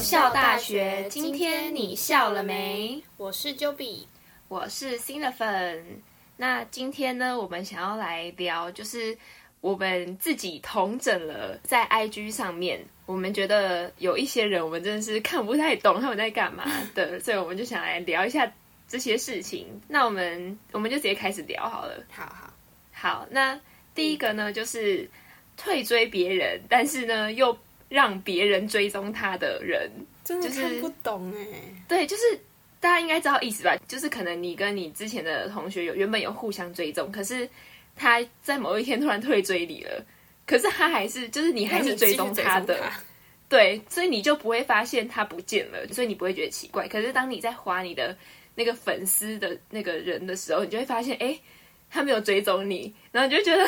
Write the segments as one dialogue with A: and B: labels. A: 笑大学，今天你笑了没？
B: 我是 Joby，
A: 我是新的粉。那今天呢，我们想要来聊，就是我们自己同整了在 IG 上面，我们觉得有一些人我们真的是看不太懂他们在干嘛 的，所以我们就想来聊一下这些事情。那我们我们就直接开始聊好了。
B: 好好，
A: 好，那第一个呢，就是退追别人，但是呢又让别人追踪他的人，
B: 真的
A: 就是
B: 看不懂哎、
A: 对，就是大家应该知道意思吧？就是可能你跟你之前的同学有原本有互相追踪，可是他在某一天突然退追你了，可是他还是就是你还是追踪他的，对，所以你就不会发现他不见了，所以你不会觉得奇怪。可是当你在划你的那个粉丝的那个人的时候，你就会发现，哎，他没有追踪你，然后你就觉得。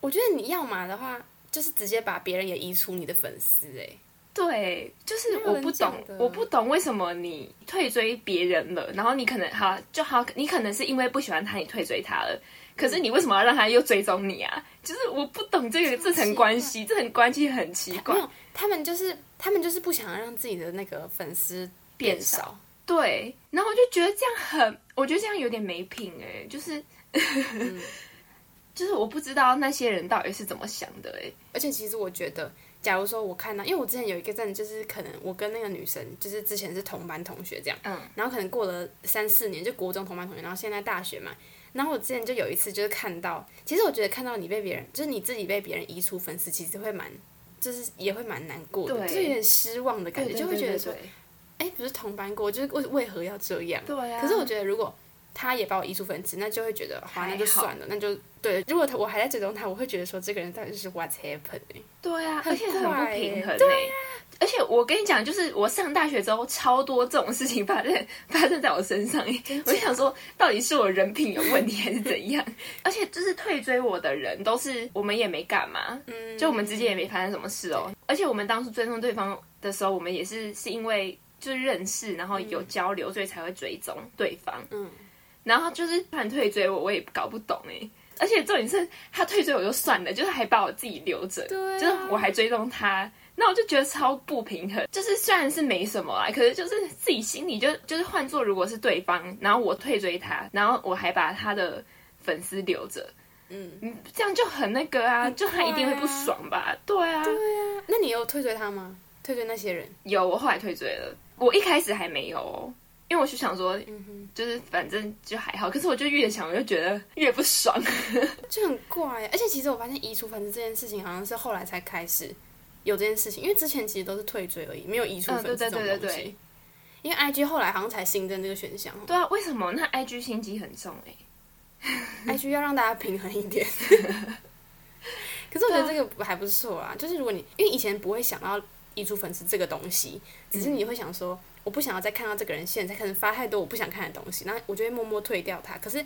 B: 我觉得你要嘛的话，就是直接把别人也移除你的粉丝哎、
A: 对，就是
B: 没有
A: 我
B: 人
A: 不
B: 讲
A: 懂
B: 的，
A: 我不懂为什么你退追别人了，然后你可能好就好，你可能是因为不喜欢他，你退追他了，可是你为什么要让他又追踪你啊？就是我不懂这个
B: 超
A: 这
B: 奇
A: 层
B: 怪
A: 关系，这层关系很奇怪
B: 没。有，他们就是他们就是不想让自己的那个粉丝
A: 变少
B: 少，
A: 对，然后我就觉得这样很，我觉得这样有点没品哎、就是、
B: 嗯
A: 就是我不知道那些人到底是怎么想的哎、
B: 而且其实我觉得，假如说我看到，因为我之前有一个阵，就是可能我跟那个女生，就是之前是同班同学这样，
A: 嗯，
B: 然后可能过了三四年，就国中同班同学，然后现在大学嘛，然后我之前就有一次就是看到，其实我觉得看到你被别人，就是你自己被别人移除粉丝，其实会蛮，就是也会蛮难过的，
A: 对
B: 就是有点失望的感觉，
A: 对
B: 就会觉得，说
A: 对，
B: 哎，不是同班过，就是为为何要这样？
A: 对对对啊。
B: 可是我觉得如果他也把我移除粉丝，那就会觉得，好啊，
A: 还
B: 那就
A: 好
B: 算了，那就对。如果他我还在追踪他，我会觉得说这个人到底是 what's happened？欸、
A: 对啊，
B: 很
A: 而且很不
B: 怪耶
A: 平衡、欸。
B: 对啊
A: 而且我跟你讲，就是我上大学之后，超多这种事情发生 发生在我身上、欸。我就想说，到底是我人品有问题，还是怎样？ 而且就是退追我的人，都是我们也没干嘛，
B: 嗯
A: 就我们之间也没发生什么事哦、而且我们当初追踪对方的时候，我们也是是因为就是认识，然后有交流，所以才会追踪对方。
B: 嗯，
A: 然后就是突然退追我，我也搞不懂哎、而且重点是他退追我就算了，就是还把我自己留着，
B: 对啊
A: 就是我还追踪他，那我就觉得超不平衡。就是虽然是没什么啊，可是就是自己心里就就是换做如果是对方，然后我退追他，然后我还把他的粉丝留着，
B: 嗯
A: 嗯，这样就很那个啊，就他一定会不爽吧？对啊，
B: 那你有退追他吗？退追那些人？
A: 有我后来退追了，我一开始还没有哦。因为我就想说，
B: 嗯
A: 就是反正就还好，可是我就越想，我就觉得越不爽。
B: 哼，就很怪。啊而且其实我发现移除粉丝这件事情，好像是后来才开始有这件事情，因为之前其实都是退追而已，没有移除粉
A: 嗯
B: 丝
A: 对
B: 这
A: 对
B: 种东
A: 对
B: 西。
A: 对对
B: 因为 IG 后来好像才新增这个选项
A: 对啊，为什么那 IG 心机很重哎、
B: ，IG 要让大家平衡一点。 可是我觉得这个还不错啊，就是如果你因为以前不会想到移除粉丝这个东西，只是你会想说，我不想要再看到这个人现在可能发太多我不想看的东西，然后我就会默默退掉他。可是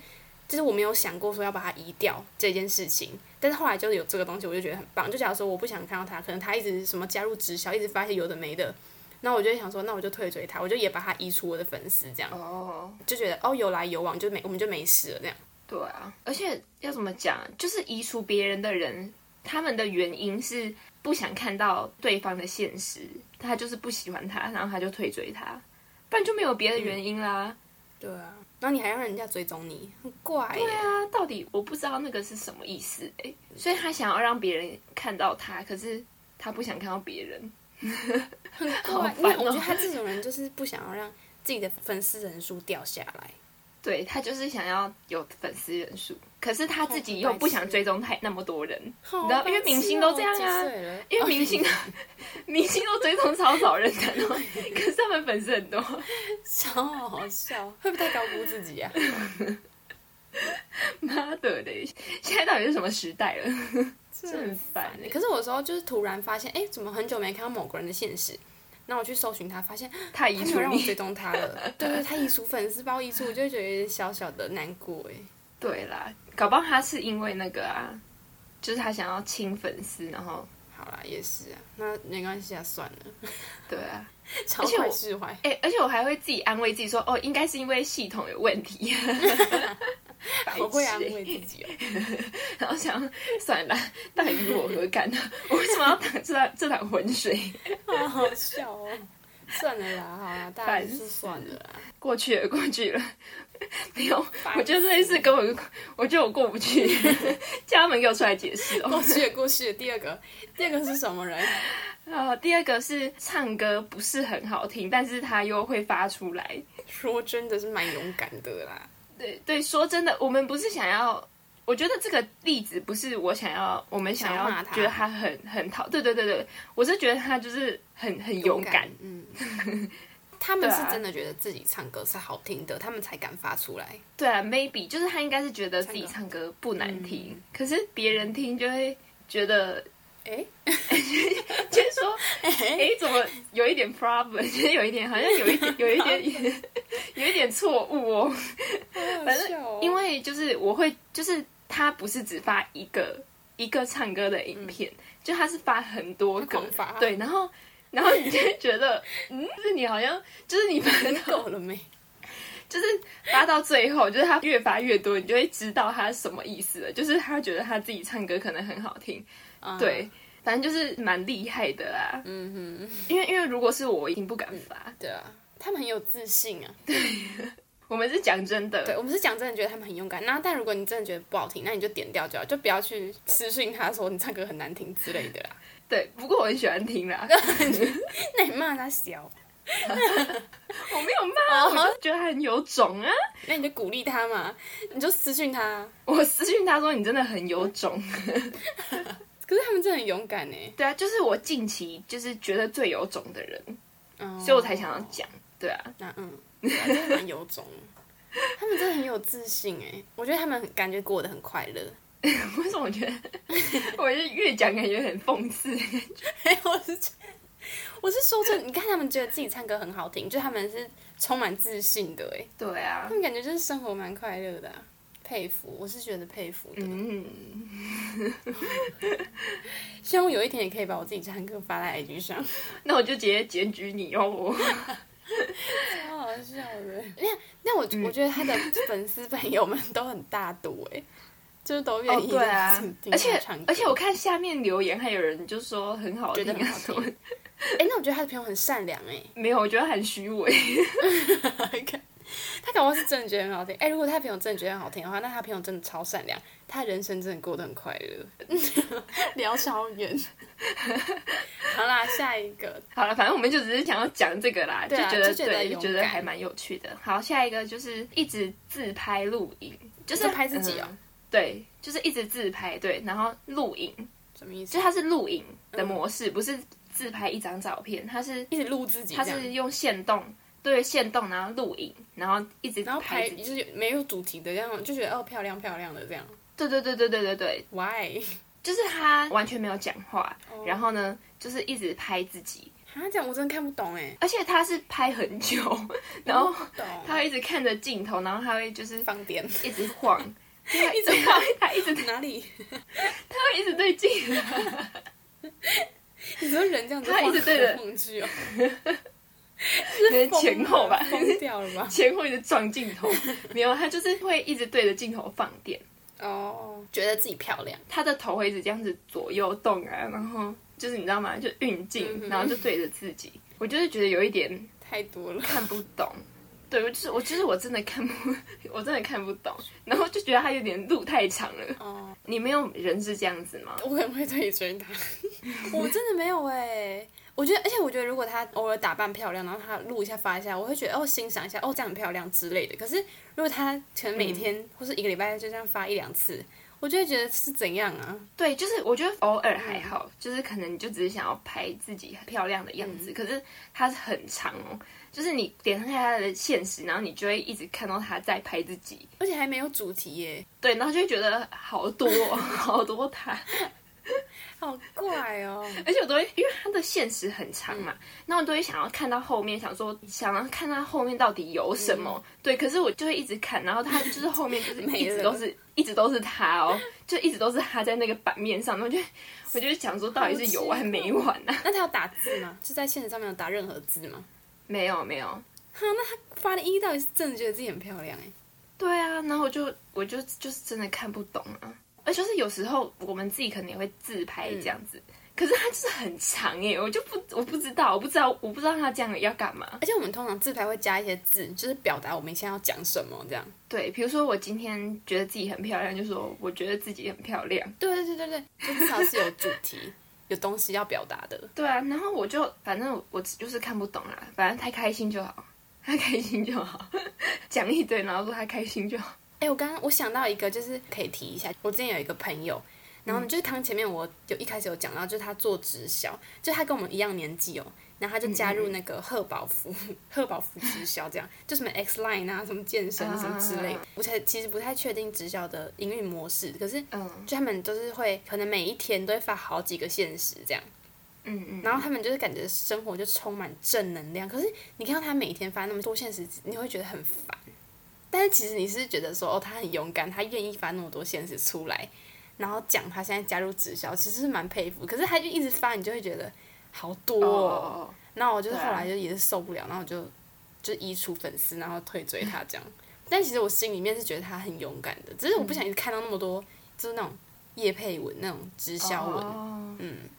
B: 就是我没有想过说要把它移掉这件事情，但是后来就有这个东西，我就觉得很棒。就假如说我不想看到他，可能他一直什么加入直销，一直发一些有的没的，那我就会想说，那我就退追他，我就也把他移除我的粉丝，这样
A: 哦，
B: 就觉得哦有来有往，就没我们就没事了这样。
A: 对啊，而且要怎么讲，就是移除别人的人，他们的原因是不想看到对方的现实，他就是不喜欢他，然后他就退追他，不然就没有别的原因啦。
B: 对啊，然后你还让人家追踪你，很怪耶、
A: 对啊，到底我不知道那个是什么意思哎、所以他想要让别人看到他，可是他不想看到别人。
B: 很
A: 好
B: 怪。因
A: 烦
B: 为我觉
A: 哦
B: 得他这种人就是不想要让自己的粉丝人数掉下来。
A: 对他就是想要有粉丝人数，可是他自己又不想追踪太那么多人，
B: 你
A: 知道因为明
B: 哦
A: 星都这样啊因为明星、 明星都追踪超少人的，然后 可是他们粉丝很多。
B: 超好笑，会不会太高估自己啊？
A: 妈的嘞！现在到底是什么时 代了？
B: 真
A: 的很烦欸
B: 可是我有时候就是突然发现，哎、怎么很久没看到某个人的现实？那我去搜寻他，发现
A: 他
B: 他
A: 移
B: 没有
A: 除
B: 让我
A: 你，
B: 追踪他了。对对，他移除粉丝，把我移除，我就会觉得有点小小的难过哎。
A: 对啦，搞不好他是因为那个啊，就是他想要清粉丝，然后
B: 好啦，也是啊，那没关系啊，算了，
A: 对啊，
B: 超
A: 而且我
B: 快释怀。
A: 哎、而且我还会自己安慰自己说，哦，应该是因为系统有问题。 白痴欸
B: 我会安慰自己哦，
A: 然后想算了，到底与我何干呢？我为什么要淌这趟这趟浑水？
B: 好好笑哦。算了啦，好啦，大家就是算了啦。
A: 过去了，过去了。没有，我觉得这件事跟我，我觉得我过不去。 叫他们给我出来解释哦。
B: 过去了，过去了。第二个，第二个是什么人？
A: 呃，第二个是唱歌不是很好听，但是他又会发出来。
B: 说真的是蛮勇敢的啦。
A: 对对，说真的，我们不是想要。我觉得这个例子不是我想要，我们想要觉得他很很讨，对对对对，我是觉得他就是很很勇敢，
B: 嗯，他们是真的觉得自己唱歌是好听的，他们才敢发出来。
A: 对啊，maybe 就是他应该是觉得自己唱歌不难听，嗯、可是别人听就会觉得，
B: 哎、
A: 欸， 就是说，哎、欸，怎么有一点 problem，就是 有一点好像有一点有一点有一点错误哦，反正因为就是我会就是。他不是只发一个一个唱歌的影片，嗯、就他是发很多个，
B: 啊、
A: 对，然后然后你就觉得， 嗯，就是你好像就是你
B: 发够了没？
A: 就是发到最后，就是他越发越多，你就会知道他什么意思了。就是他觉得他自己唱歌可能很好听，嗯、对，反正就是蛮厉害的啦。
B: 嗯
A: 哼，因为因为如果是我，我一定不敢发、嗯。
B: 对啊，他们很有自信啊。
A: 对。我们是讲真的，
B: 对，我们是讲真的，觉得他们很勇敢。那但如果你真的觉得不好听，那你就点掉就好，就不要去私讯他说你唱歌很难听之类的啦。
A: 对，不过我很喜欢听 啦。
B: 那你骂他小，
A: 我没有骂，我就觉得他很有种啊。
B: 那你就鼓励他嘛，你就私讯他。
A: 我私讯他说你真的很有种。
B: 可是他们真的很勇敢欸呢。
A: 对啊，就是我近期就是觉得最有种的人，oh. 所以我才想要讲。对啊，
B: 嗯 那嗯。啊、真的很有种，他们真的很有自信哎，我觉得他们感觉过得很快 乐。
A: 为什么我觉得，我是越讲感觉很讽刺？
B: 我是 我是说真，你看他们觉得自己唱歌很好听，就他们是充满自信的哎。
A: 对啊，
B: 他们感觉就是生活蛮快乐的、啊，佩服，我是觉得佩服的。嗯，希望我有一天也可以把我自己唱歌发在 IG 上，
A: 那我就直接检举你哦。我
B: 超好笑 的！那那我、嗯、我觉得他的粉丝朋友们都很大度哎、欸，就是都愿意、
A: 哦、对 啊，而且而且我看下面留言还有人就说很好听啊什么。
B: 哎、欸，那我觉得他的朋友很善良哎、欸，
A: 没有，我觉得很虚伪。
B: 他搞不好是真的觉得很好听哎，如果他朋友真的觉得很好听的话，那他朋友真的超善良，他人生真的过得很快 乐。聊超远。 好啦，下一个。
A: 好了，反正我们就只是想要讲这个啦，
B: 对啊、
A: 就觉得
B: 对，
A: 就觉得还蛮有趣的。好，下一个就是一直自拍录影，就是
B: 拍自己哦、嗯。
A: 对，就是一直自拍，对，然后录影，
B: 什么意思？
A: 就它是录影的模式，嗯、不是自拍一张照片，它是
B: 一直录自己，
A: 它是用线动。对，现动，然后录影，然后一直
B: 然后
A: 拍，
B: 就是没有主题的这样，就觉得哦漂亮漂亮的这样。
A: 对对对对对对对
B: ，Why？
A: 就是他完全没有讲话，oh.
B: 哦
A: 然后呢，就是一直拍自己。
B: 啊，这样我真的看不懂哎。
A: 而且他是拍很久， 然后哦
B: 哦
A: 他会一直看着镜头，然后他会就是
B: 放电，
A: 一直晃，
B: 一直
A: 晃，他一直
B: 哪里？
A: 他会一直对镜。
B: 你说人这样子
A: 他一直对着
B: 恐惧哦。
A: 是前后吧，
B: 疯掉了 吧？
A: 前后一直撞镜头，没有，他就是会一直对着镜头放电。
B: 哦，觉得自己漂亮，
A: 他的头会一直这样子左右动啊，然后就是你知道吗？就运镜，然后就对着自己。我就是觉得有一点
B: 太多了，
A: 看不懂。对，我就是我，就是我真的看不，我真的看不懂。然后就觉得他有点路太长了。
B: 哦，
A: 你没有人是这样子吗？
B: 我可能会退追 他，我真的没有哎。我觉得，而且我觉得，如果她偶尔打扮漂亮，然后她录一下发一下，我会觉得哦，欣赏一下哦，这样很漂亮之类的。可是如果她可能每天、嗯、或是一个礼拜就这样发一两次，我就会觉得是怎样啊？
A: 对，就是我觉得偶尔还好，嗯、就是可能你就只是想要拍自己漂亮的样子。嗯、可是它是很长哦，就是你点开她的现实，然后你就会一直看到她在拍自己，
B: 而且还没有主题耶。
A: 对，然后就会觉得好多哦 好多她。
B: 好怪 哦！
A: 而且我都会，因为它的现实很长嘛，那、嗯、我都会想要看到后面，想说想要看它后面到底有什么。嗯、对，可是我就会一直看，然后它就是后面就是一直都是一直都是他哦，就一直都是他在那个版面上，我就我就想说到底是有完没完啊？
B: 那他有打字吗？就在现实上面有打任何字吗？
A: 没有没有。
B: 哈，那他发的一到底是真的觉得自己很漂亮哎、欸？
A: 对啊，然后我就我就就是真的看不懂啊。而就是有时候我们自己可能也会自拍这样子，嗯、可是它就是很长耶，我就不我不知道，我不知道我不知道它这样要干嘛。
B: 而且我们通常自拍会加一些字，就是表达我们现在要讲什么这样。
A: 对，比如说我今天觉得自己很漂亮，就说我觉得自己很漂亮。
B: 对对对对对，就至少是有主 题。有东西要表达的，
A: 对啊，然后我就反正我就是看不懂啦，反正他开心就好，他开心就好，讲一堆，然后说他开心就好。
B: 哎、欸，我刚刚我想到一个，就是可以提一下，我之前有一个朋友，然后就是刚前面我有一开始有讲到，就是他做直销，就他跟我们一样年纪哦、喔，然后他就加入那个贺宝福， 贺宝、嗯、福直销这样，就什么 X Line 啊，什么健身什么之类的，啊、我才其实不太确定直销的营运模式，可是
A: 嗯
B: 就他们都是会可能每一天都会发好几个限时这样。
A: 嗯嗯，
B: 然后他们就是感觉生活就充满正能量，可是你看到他每天发那么多现实，你会觉得很烦。但是其实你是觉得说，哦，他很勇敢，他愿意发那么多现实出来，然后讲他现在加入直销，其实是蛮佩服。可是他就一直发，你就会觉得好多、哦。那、oh, 我就是后来就也是受不了，然后我就就移除粉丝，然后退追他这样。但其实我心里面是觉得他很勇敢的，只是我不想一直看到那么多，嗯、就是那种叶佩文那种直销文，oh. 嗯。
A: 哦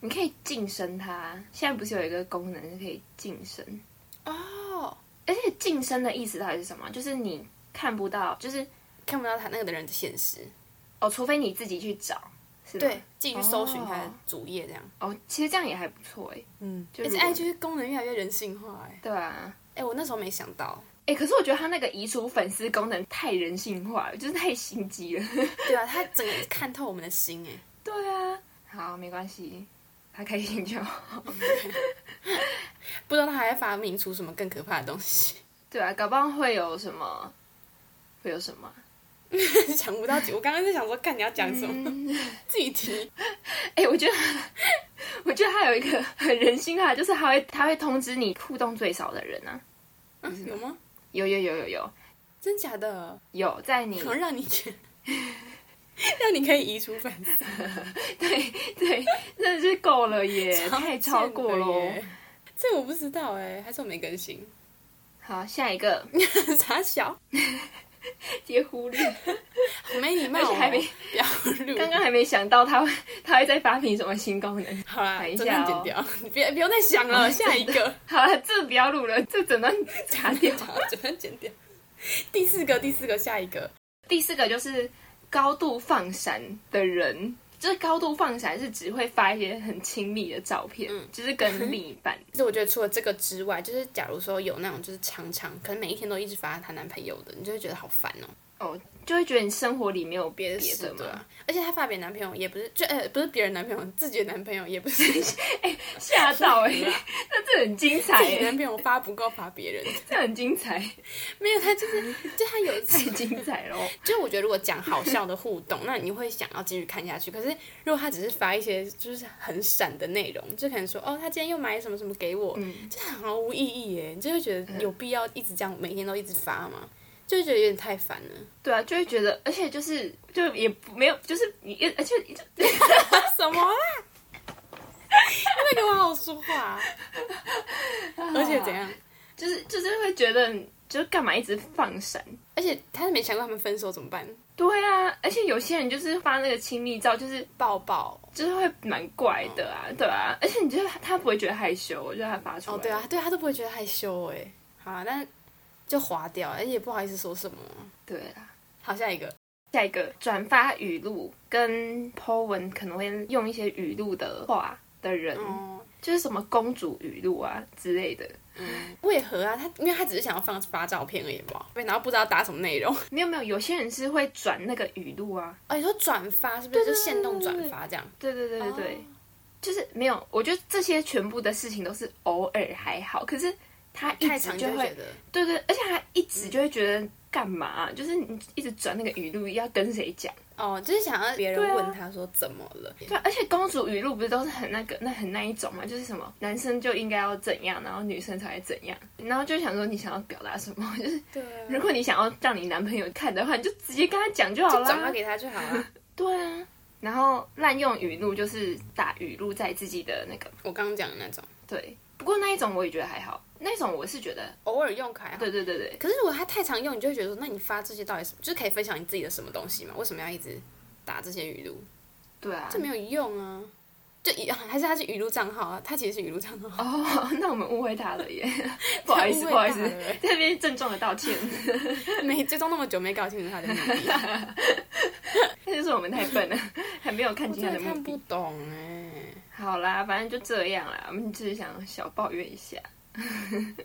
A: 你可以晋升它，现在不是有一个功能是可以晋升
B: 哦，oh,
A: 而且晋升的意思到底是什么？就是你看不到，就是
B: 看不到他那个的人的现实
A: 哦，除非你自己去找，是
B: 对，哦自己去搜寻他的主页这样。
A: 哦，oh, oh, 其实这样也还不错哎、欸，
B: 嗯，而且 IG 功能越来越人性化哎、欸，
A: 对啊，
B: 哎、欸，我那时候没想到。
A: 哎、欸，可是我觉得他那个移除粉丝功能太人性化了，就是太心机了。
B: 对啊，他整个看透我们的心哎。
A: 对啊，好，没关系。他开心就好，
B: 不知道他还发明出什么更可怕的东西。
A: 对啊，搞不好会有什么，会有什么？
B: 想不到，我刚刚在想说，看你要讲什么，嗯、 自己提。
A: 哎、欸，我觉得，我觉得他有一个很人性化，就是他会，他会通知你互动最少的人啊。
B: 啊有吗？
A: 有有有有有，
B: 真假的？
A: 有在你
B: 能让你。 让你可以移除粉丝
A: 对对，真的是够了耶，太超过喽。
B: 这我不知道哎，还是我没更新。
A: 好，下一 个
B: 傻小，
A: 别忽略，
B: 好没礼貌、哦，
A: 而且还没
B: 不要
A: 刚刚还没想到他会他会再发明什么新功能。
B: 好啦，
A: 等一下、
B: 哦、剪掉，你别不用再想 了，下一个。
A: 好了，这不要录了，这整段卡 掉，
B: 整段剪掉。 第四个，第四个，下一个，
A: 第四个就是。高度放闪的人，就是高度放闪是只会发一些很亲密的照片，嗯、就是跟另一半。
B: 其实我觉得除了这个之外，就是假如说有那种就是常常可能每一天都一直发她男朋友的，你就会觉得好烦哦。
A: 哦，就会觉得你生活里没有别的事
B: 对啊，而且她发别人男朋友也不是，就呃不是别人男朋友，自己的男朋友也 不是，
A: 哎吓欸、到哎、欸， 那这很精彩、欸。
B: 自己男朋友发不够发别人，
A: 这很精彩。
B: 没有，他就是就他有
A: 太精彩喽。
B: 就我觉得如果讲好笑的互动，那你会想要继续看下去。可是如果他只是发一些就是很闪的内容，就可能说哦他今天又买什么什么给我，嗯、就毫无意义耶，你就会觉得有必要一直这样每天都一直发吗？就觉得有点太烦了，
A: 对啊，就会觉得，而且就是就也没有，就是你，而且
B: 什么啊？那个我好说话、 啊，而且怎样？
A: 就是就是会觉得，就干嘛一直放闪？
B: 而且他没想过他们分手怎么办？
A: 对啊，而且有些人就是发那个亲密照，就是
B: 抱抱，
A: 就是会蛮怪的啊，对啊，而且你觉得他不会觉得害羞，我觉得他发出来，
B: 哦，对啊，对他都不会觉得害羞哎、欸，好啊，那。就划掉，而且不好意思说什么。
A: 对啦，
B: 好，下一个，
A: 下一个转发语录跟 Po 文可能会用一些语录的话的人，哦、就是什么公主语录啊之类的。
B: 嗯，为何啊？他因为他只是想要放发照片而已嘛，对，然后不知道打什么内容。
A: 没有没有，有些人是会转那个语录啊。
B: 哦，你说转发是不是就限动转发这样？
A: 对对对对对，哦、就是没有。我觉得这些全部的事情都是偶尔还好，可是。他一直就会，对对，而且他一直就会觉得干嘛、啊？就是你一直转那个语录，要跟谁讲？
B: 哦，就是想要别人问他说怎么了？
A: 对、啊，而且公主语录不是都是很那个、那很那一种嘛？就是什么男生就应该要怎样，然后女生才会怎样，然后就想说你想要表达什么？ 就是，
B: 对啊、
A: 如果你想要让你男朋友看的话，你就直接跟他讲就好了，
B: 转发给他就好了。
A: 对啊，然后滥用语录就是打语录在自己的那个，
B: 我刚刚讲的那种，
A: 对。不过那一种我也觉得还好，那种我是觉得
B: 偶尔用还好。
A: 对对对对。
B: 可是如果它太常用，你就会觉得说，那你发这些到底是就是可以分享你自己的什么东西嘛？为什么要一直打这些语录？
A: 对啊，
B: 这没有用啊。就语还是他是语录账号啊，他其实是语录账号，
A: 哦， 那我们误会他了 耶，不好意思，不好意思
B: 误会他了，
A: 在这边郑重的道歉，
B: 没追踪那么久没搞清楚他的目的，
A: 那就是我们太笨了， 还没有看
B: 我
A: 清
B: 真
A: 他
B: 的
A: 的目
B: 看
A: 的。
B: 不懂哎、
A: 好啦，反正就这样啦，我们只是想小抱怨一下。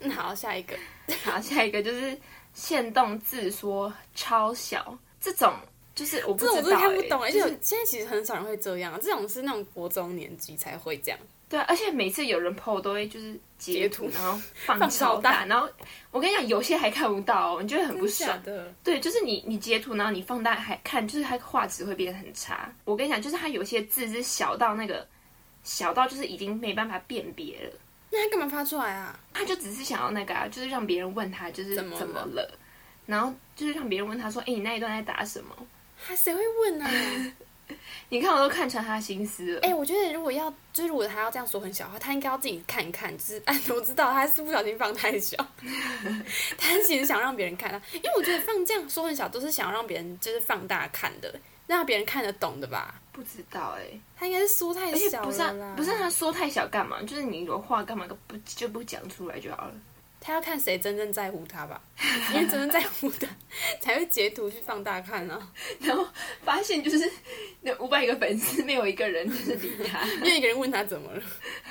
B: 嗯好，下一个，
A: 好，下一个就是限动字缩超小，这种就是我不
B: 这
A: 知道、欸，
B: 种我真的看不懂哎、
A: 就
B: 而
A: 是
B: 且现在其实很少人会这样，啊这种是那种国中年级才会这样，
A: 对啊，而且每次有人 PO 都会就是截图，
B: 截图
A: 然后放
B: 放
A: 超
B: 超
A: 大，
B: 大
A: 然后我跟你讲，有些还看不到、哦，你就会很不爽。
B: 真的假的，
A: 对，就是你你截图，然后你放大还看，就是它画质会变得很差。我跟你讲，就是它有些字是小到那个小到就是已经没办法辨别了。
B: 那他干嘛发出来啊？
A: 他就只是想要那个啊，就是让别人问他就是
B: 怎么了
A: 怎么了，然后就是让别人问他说：“哎、你那一段在打什么
B: 还谁会 问啊？？”
A: 你看我都看穿他心思了。
B: 哎、我觉得如果要，就是如果他要这样说很小的话，他应该要自己看一看，就是哎，我知道他是不小心放太 小，他其实想让别人看啊，因为我觉得放这样说很小，都是想让别人就是放大看的，让别人看得懂的吧。
A: 不知道哎、
B: 他应该是说太
A: 而且
B: 小
A: 不
B: 了
A: 是啊
B: 啦，
A: 不是他说太小干嘛？就是你有话干嘛不就不讲出来就好了。
B: 他要看谁真正在乎他吧，因为真正在乎他才会截图去放大看啊，
A: 然后发现就是那五百个粉丝没有一个人就是理他，
B: 因为一个人问他怎么了。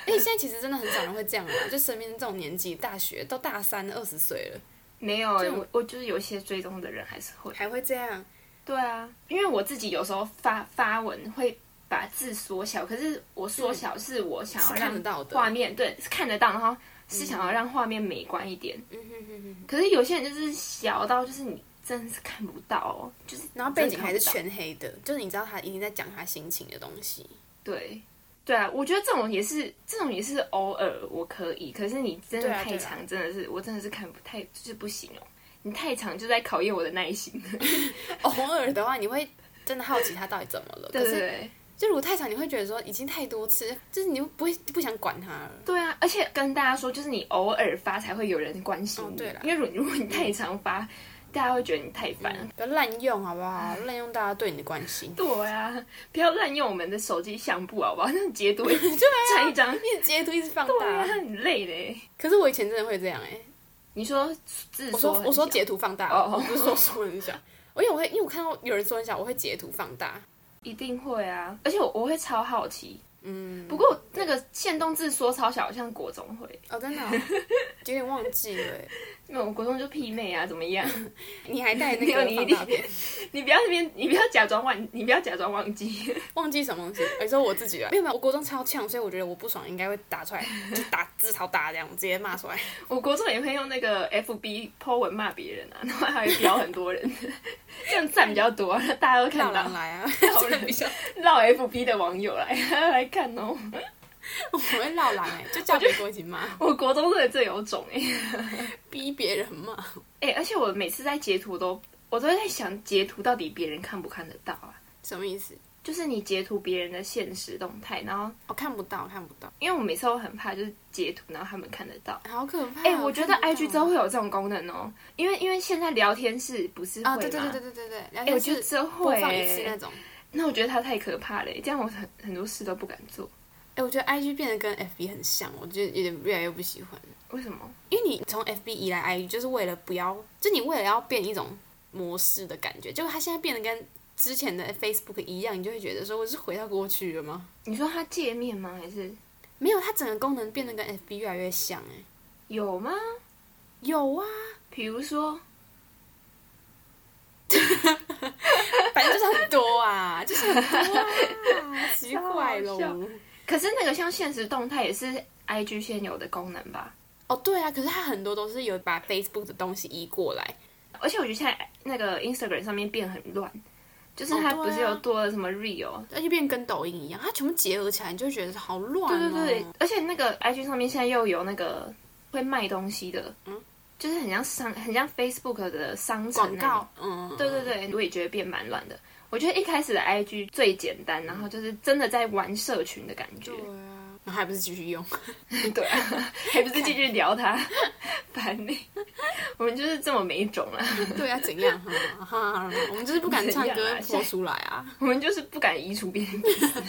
B: 哎、现在其实真的很少人会这样啊，就身边这种年纪，大学都大三二十岁了，
A: 没有、欸、
B: 这种
A: 我我就是有些追踪的人还是会。
B: 还会这样。
A: 对啊，因为我自己有时候发发文会把字缩小，可是我缩小是我想要
B: 是看得到
A: 让
B: 的
A: 画面对是看得到，然后是想要让画面美观一点。
B: 嗯哼哼哼哼。
A: 可是有些人就是小到就是你真的是看不到哦，就是
B: 然后背
A: 真
B: 景
A: 的看
B: 还
A: 不
B: 是
A: 到
B: 全黑的，就是你知道他一定在讲他心情的东西。
A: 对。对啊，我觉得这种也是，这种也是偶尔我可以，可是你真的
B: 对啊
A: 太
B: 对啊
A: 长，真的是我真的是看不太就是不行哦，你太长就在考验我的耐心。
B: 偶尔的话，你会真的好奇他到底怎么了。
A: 对
B: 可
A: 对
B: 是
A: 对，
B: 就如果太长，你会觉得说已经太多次，就是你又不会不想管他了。
A: 对啊，而且跟大家说，就是你偶尔发才会有人关心你。啊
B: 哦对啦嗯
A: 因为如如果你太常发，大家会觉得你太烦。
B: 不要滥用好不好？滥用大家对你的关 心。
A: 对啊，不要滥用我们的手机相簿好不好？那种 截图就
B: 啊
A: 传一张，
B: 一直截图一直放
A: 对
B: 大
A: 啊，，很累嘞。
B: 可是我以前真的会这样哎、
A: 你说自
B: 我说
A: 很
B: 我说
A: 小
B: 截图放大，
A: 哦
B: 我不是说说很 小。我因为我会，因为我看到有人说很小，我会截图放大。
A: 一定会啊，而且我我会超好奇。嗯，不过那个限动字缩超小，好像国中会，
B: 哦，真的 哦、有点忘记了欸。
A: 那我国中就媲美啊，怎么样？
B: 你还带那
A: 没有
B: 个
A: 你一
B: 放
A: 定
B: 大片，
A: 你不要那边，你不要假装忘，你不要假装忘记。
B: 忘记什么东西？你说我自己啊，没有没有，我国中超呛，所以我觉得我不爽应该会打出来，就打字超大这样，直接骂出来。
A: 我国中也会用那个 FB Po 文骂别人啊，然后还会标很多人， 这样赞比较多，大家都看
B: 老
A: 到
B: 人，来 啊，
A: 绕人比较绕 FB 的网友来来看哦。
B: 我会闹狼哎，就叫别人一起骂，
A: 我国中真的最有种哎、
B: 逼别人骂。
A: 哎、而且我每次在截图都，我都会在想截图到底别人看不看得到啊？
B: 什么意思？
A: 就是你截图别人的现实动态，然后
B: 我、看不到，看不到，
A: 因为我每次都很怕就是截图，然后他们看得到。
B: 好可怕哦。
A: 哎、我觉得
B: 看不到
A: IG 之后会有这种功能哦，因为因为现在聊天室不是会吗？
B: 啊，对对对对对对对，哎、
A: 哎我觉得真
B: 播
A: 会
B: 放一次
A: 欸
B: 那种。
A: 那我觉得他太可怕了耶，欸这样我很很多事都不敢做。
B: 哎、我觉得 IG 变得跟 FB 很像，我觉得有点越来越不喜欢。
A: 为什么？
B: 因为你从 FB 移来 IG，就是为了不要，就你为了要变一种模式的感觉，结果它现在变得跟之前的 Facebook 一样，你就会觉得说我是回到过去了吗？
A: 你说它界面吗？还是
B: 没有，它整个功能变得跟 FB 越来越像哎、
A: 有吗？
B: 有啊，
A: 比如说，
B: 反正就是很多啊，就是很多啊，奇怪
A: 超好笑
B: 喽。
A: 可是那个像现实动态也是 IG 现有的功能吧？
B: 哦，对啊，可是它很多都是有把 Facebook 的东西移过来，
A: 而且我觉得现在那个 Instagram 上面变很乱，就是
B: 哦
A: 它
B: 对啊
A: 不是有多了什么 Real？、
B: 那就变跟抖音一样，它全部结合起来，你就会觉得好乱、
A: 对
B: 哦。
A: 对对，而且那个 IG 上面现在又有那个会卖东西的，嗯，就是很像商，很像 Facebook 的商城
B: 广
A: 那种
B: 告，嗯，
A: 对对对，我也觉得变蛮乱的。我觉得一开始的 IG 最简单，然后就是真的在玩社群的感觉
B: 嗯对。啊，然后还不是继续用。
A: 对啊，还不是继续聊它， 烦你。我们就是这么没种啊，
B: 对啊，怎样哈哈？我们就是不敢唱
A: 怎样
B: 歌
A: 啊
B: 播出来啊！
A: 我们就是不敢移除别人的意思。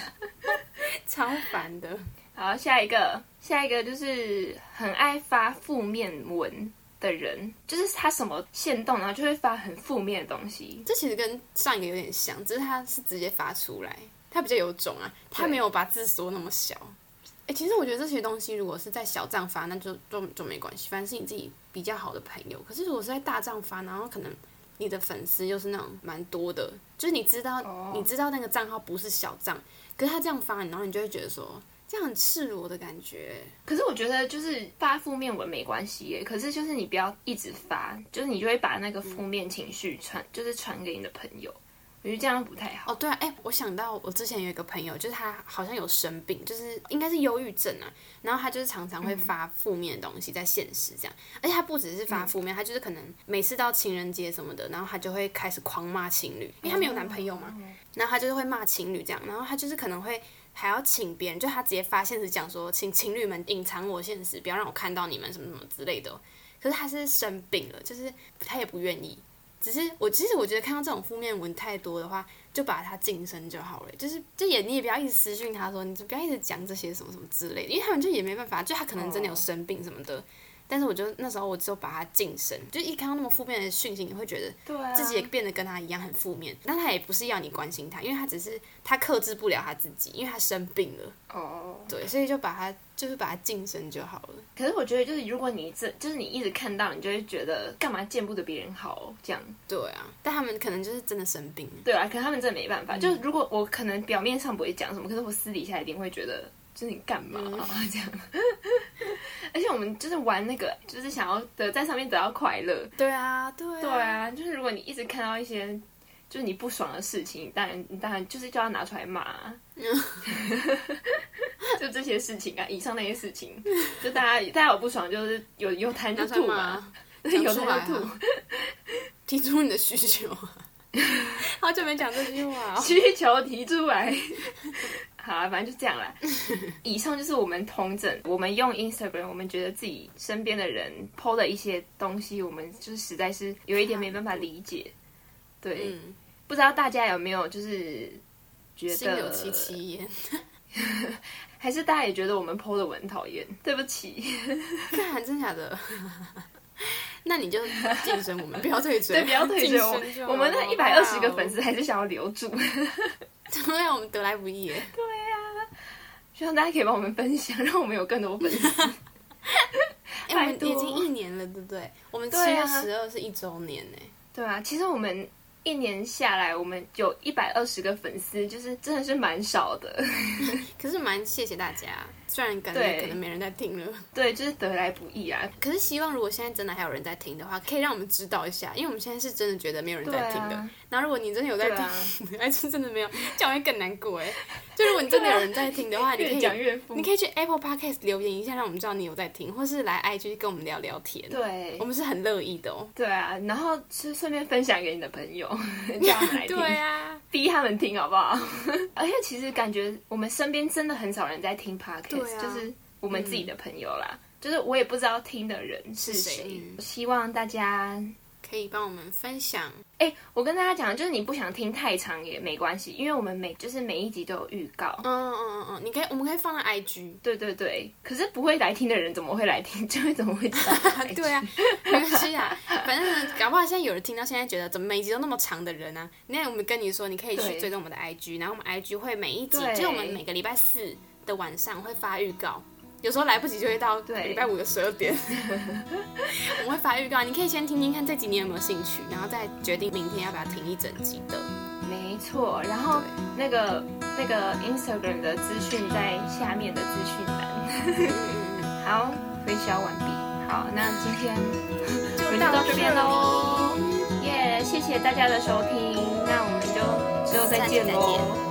B: 超烦的。
A: 好，下一个，下一个就是很爱发负面文的人，就是他什么限动，然后就会发很负面的东西。
B: 这其实跟上一个有点像，只是他是直接发出来，他比较有种啊，他没有把字缩那么小。哎、欸，其实我觉得这些东西如果是在小账发，那就就就没关系，反正是你自己比较好的朋友。可是如果是在大账发，然后可能你的粉丝又是那种蛮多的，就是你知道、
A: 哦
B: 你知道那个账号不是小账，可是他这样发，然后你就会觉得说这样很赤裸的感觉。
A: 可是我觉得就是发负面文没关系耶，可是就是你不要一直发，就是你就会把那个负面情绪传，就是传给你的朋友，我觉得这样不太好。
B: 哦，对啊，哎、我想到我之前有一个朋友，就是他好像有生病，就是应该是忧郁症啊，然后他就是常常会发负面的东西在现实这样，而且他不只是发负面，他就是可能每次到情人节什么的，然后他就会开始狂骂情侣，因为他没有男朋友嘛，然后他就是会骂情侣这样，然后他就是可能会。还要请别人，就他直接发现实讲说，请情侣们隐藏我现实，不要让我看到你们什么什么之类的哦。可是他是生病了，就是他也不愿意。只是我其实我觉得看到这种负面文太多的话，就把他晋升就好了，就是就也你也不要一直私讯他说，你就不要一直讲这些什么什么之类的，因为他们就也没办法，就他可能真的有生病什么的。但是我就那时候我只有把他晋升，就一看到那么负面的讯息，你会觉得
A: 对啊
B: 自己也变得跟他一样很负面。但他也不是要你关心他，因为他只是他克制不了他自己，因为他生病了，
A: 哦。
B: 对，所以就把他就是把他晋升就好了。
A: 可是我觉得就是如果你这就是你一直看到，你就会觉得干嘛见不得别人好哦这样。
B: 对啊，但他们可能就是真的生病了。
A: 对啊，可是他们真的没办法。就如果我可能表面上不会讲什么，可是我私底下一定会觉得，就是你干嘛、啊这样。 而且我们就是玩那个，就是想要得在上面得到快乐。
B: 对啊，对啊，
A: 对啊，就是如果你一直看到一些就是你不爽的事情，你当然你当然就是就要拿出来骂 啊、就这些事情啊，以上那些事情，就大家大家有不爽，就是有有痰就
B: 拿
A: 吐
B: 出
A: 嘛，
B: 来 吗？
A: 有
B: 讲出来
A: 痰就吐
B: 啊。提出你的需求 啊。好久没讲这句 话、哦。
A: 需求提出来。 好啊，反正就这样啦。以上就是我们同整，我们用 Instagram，我们觉得自己身边的人 PO 的一些东西，我们就是实在是有一点没办法理解。对，
B: 嗯，
A: 不知道大家有没有就是觉
B: 心有
A: 得，
B: 戚戚 焉。
A: 还是大家也觉得我们 PO 的文很讨厌？对不起，
B: 看，真假的？ 那你就晋升我 们，不要退追，
A: 对，不要退学，
B: 晋升就好
A: 我我们那一百二十个粉，丝还是想要留住，
B: 对啊，我们得来不易耶。
A: 希望大家可以帮我们分享，让我们有更多粉丝。
B: 哎，我
A: 拜
B: 们
A: 托
B: 已经一年了，对不对？我们七
A: 对
B: 月
A: 啊
B: 十二是一周年呢。
A: 对啊，其实我们一年下来，我们有一百二十个粉丝，就是真的是蛮少的。
B: 可是蛮谢谢大家，虽然感觉
A: 对
B: 可能没人在听了，
A: 对，就是得来不易啊。
B: 可是希望如果现在真的还有人在听的话，可以让我们知道一下，因为我们现在是真的觉得没有人
A: 对
B: 在听的。
A: 啊，
B: 然后如果你真的有在
A: 对
B: 听
A: 啊，，
B: 还是真的没有，这样会更难过哎。就如果你真的有人在听的话，你可
A: 越
B: 以
A: 讲越富
B: 你。可以去 Apple Podcast 留言一下，让我们知道你有在听，或是来 IG 跟我们聊聊天。
A: 对
B: 我，们是很乐意的哦。
A: 对啊，然后就顺便分享给你的朋友， 叫他们来听，
B: 对啊，
A: 逼他们听好不好？ 而且其实感觉我们身边真的很少人在听 podcast，、
B: 对啊
A: 就是我们自己的朋友啦。就是我也不知道听的人嗯是
B: 是
A: 谁，
B: 谁
A: 希望大家
B: 可以帮我们分享。
A: 哎、我跟大家讲，就是你不想听太长也没关系，因为我们每就是每一集都有预告。
B: 嗯嗯嗯嗯，你可以，我们可以放在 IG。？
A: 对对对，可是不会来听的人怎么会来听？就会怎么会知道 哎
B: 对啊，没关系啊，反正呢搞不好现在有人听到现在觉得怎么每一集都那么长的人啊，那我们跟你说，你可以去
A: 对
B: 追踪我们的 IG，然后我们 IG 会每一集，
A: 对
B: 就是我们每个礼拜四的晚上会发预告，有时候来不及就会到
A: 对
B: 礼拜五的十二点，我们会发预告，你可以先听听看这集你有没有兴趣，然后再决定明天要不要听一整集的。
A: 没错。然后那个那个 Instagram 的资讯在下面的资讯栏。
B: 嗯
A: 好，推销完毕。好，那今天
B: 就
A: 就
B: 到
A: 到
B: 这
A: 这
B: 边
A: 边
B: 喽
A: 喽，耶谢谢大家的收听，那我们就之后
B: 下
A: 再
B: 期
A: 见
B: 再见
A: 喽，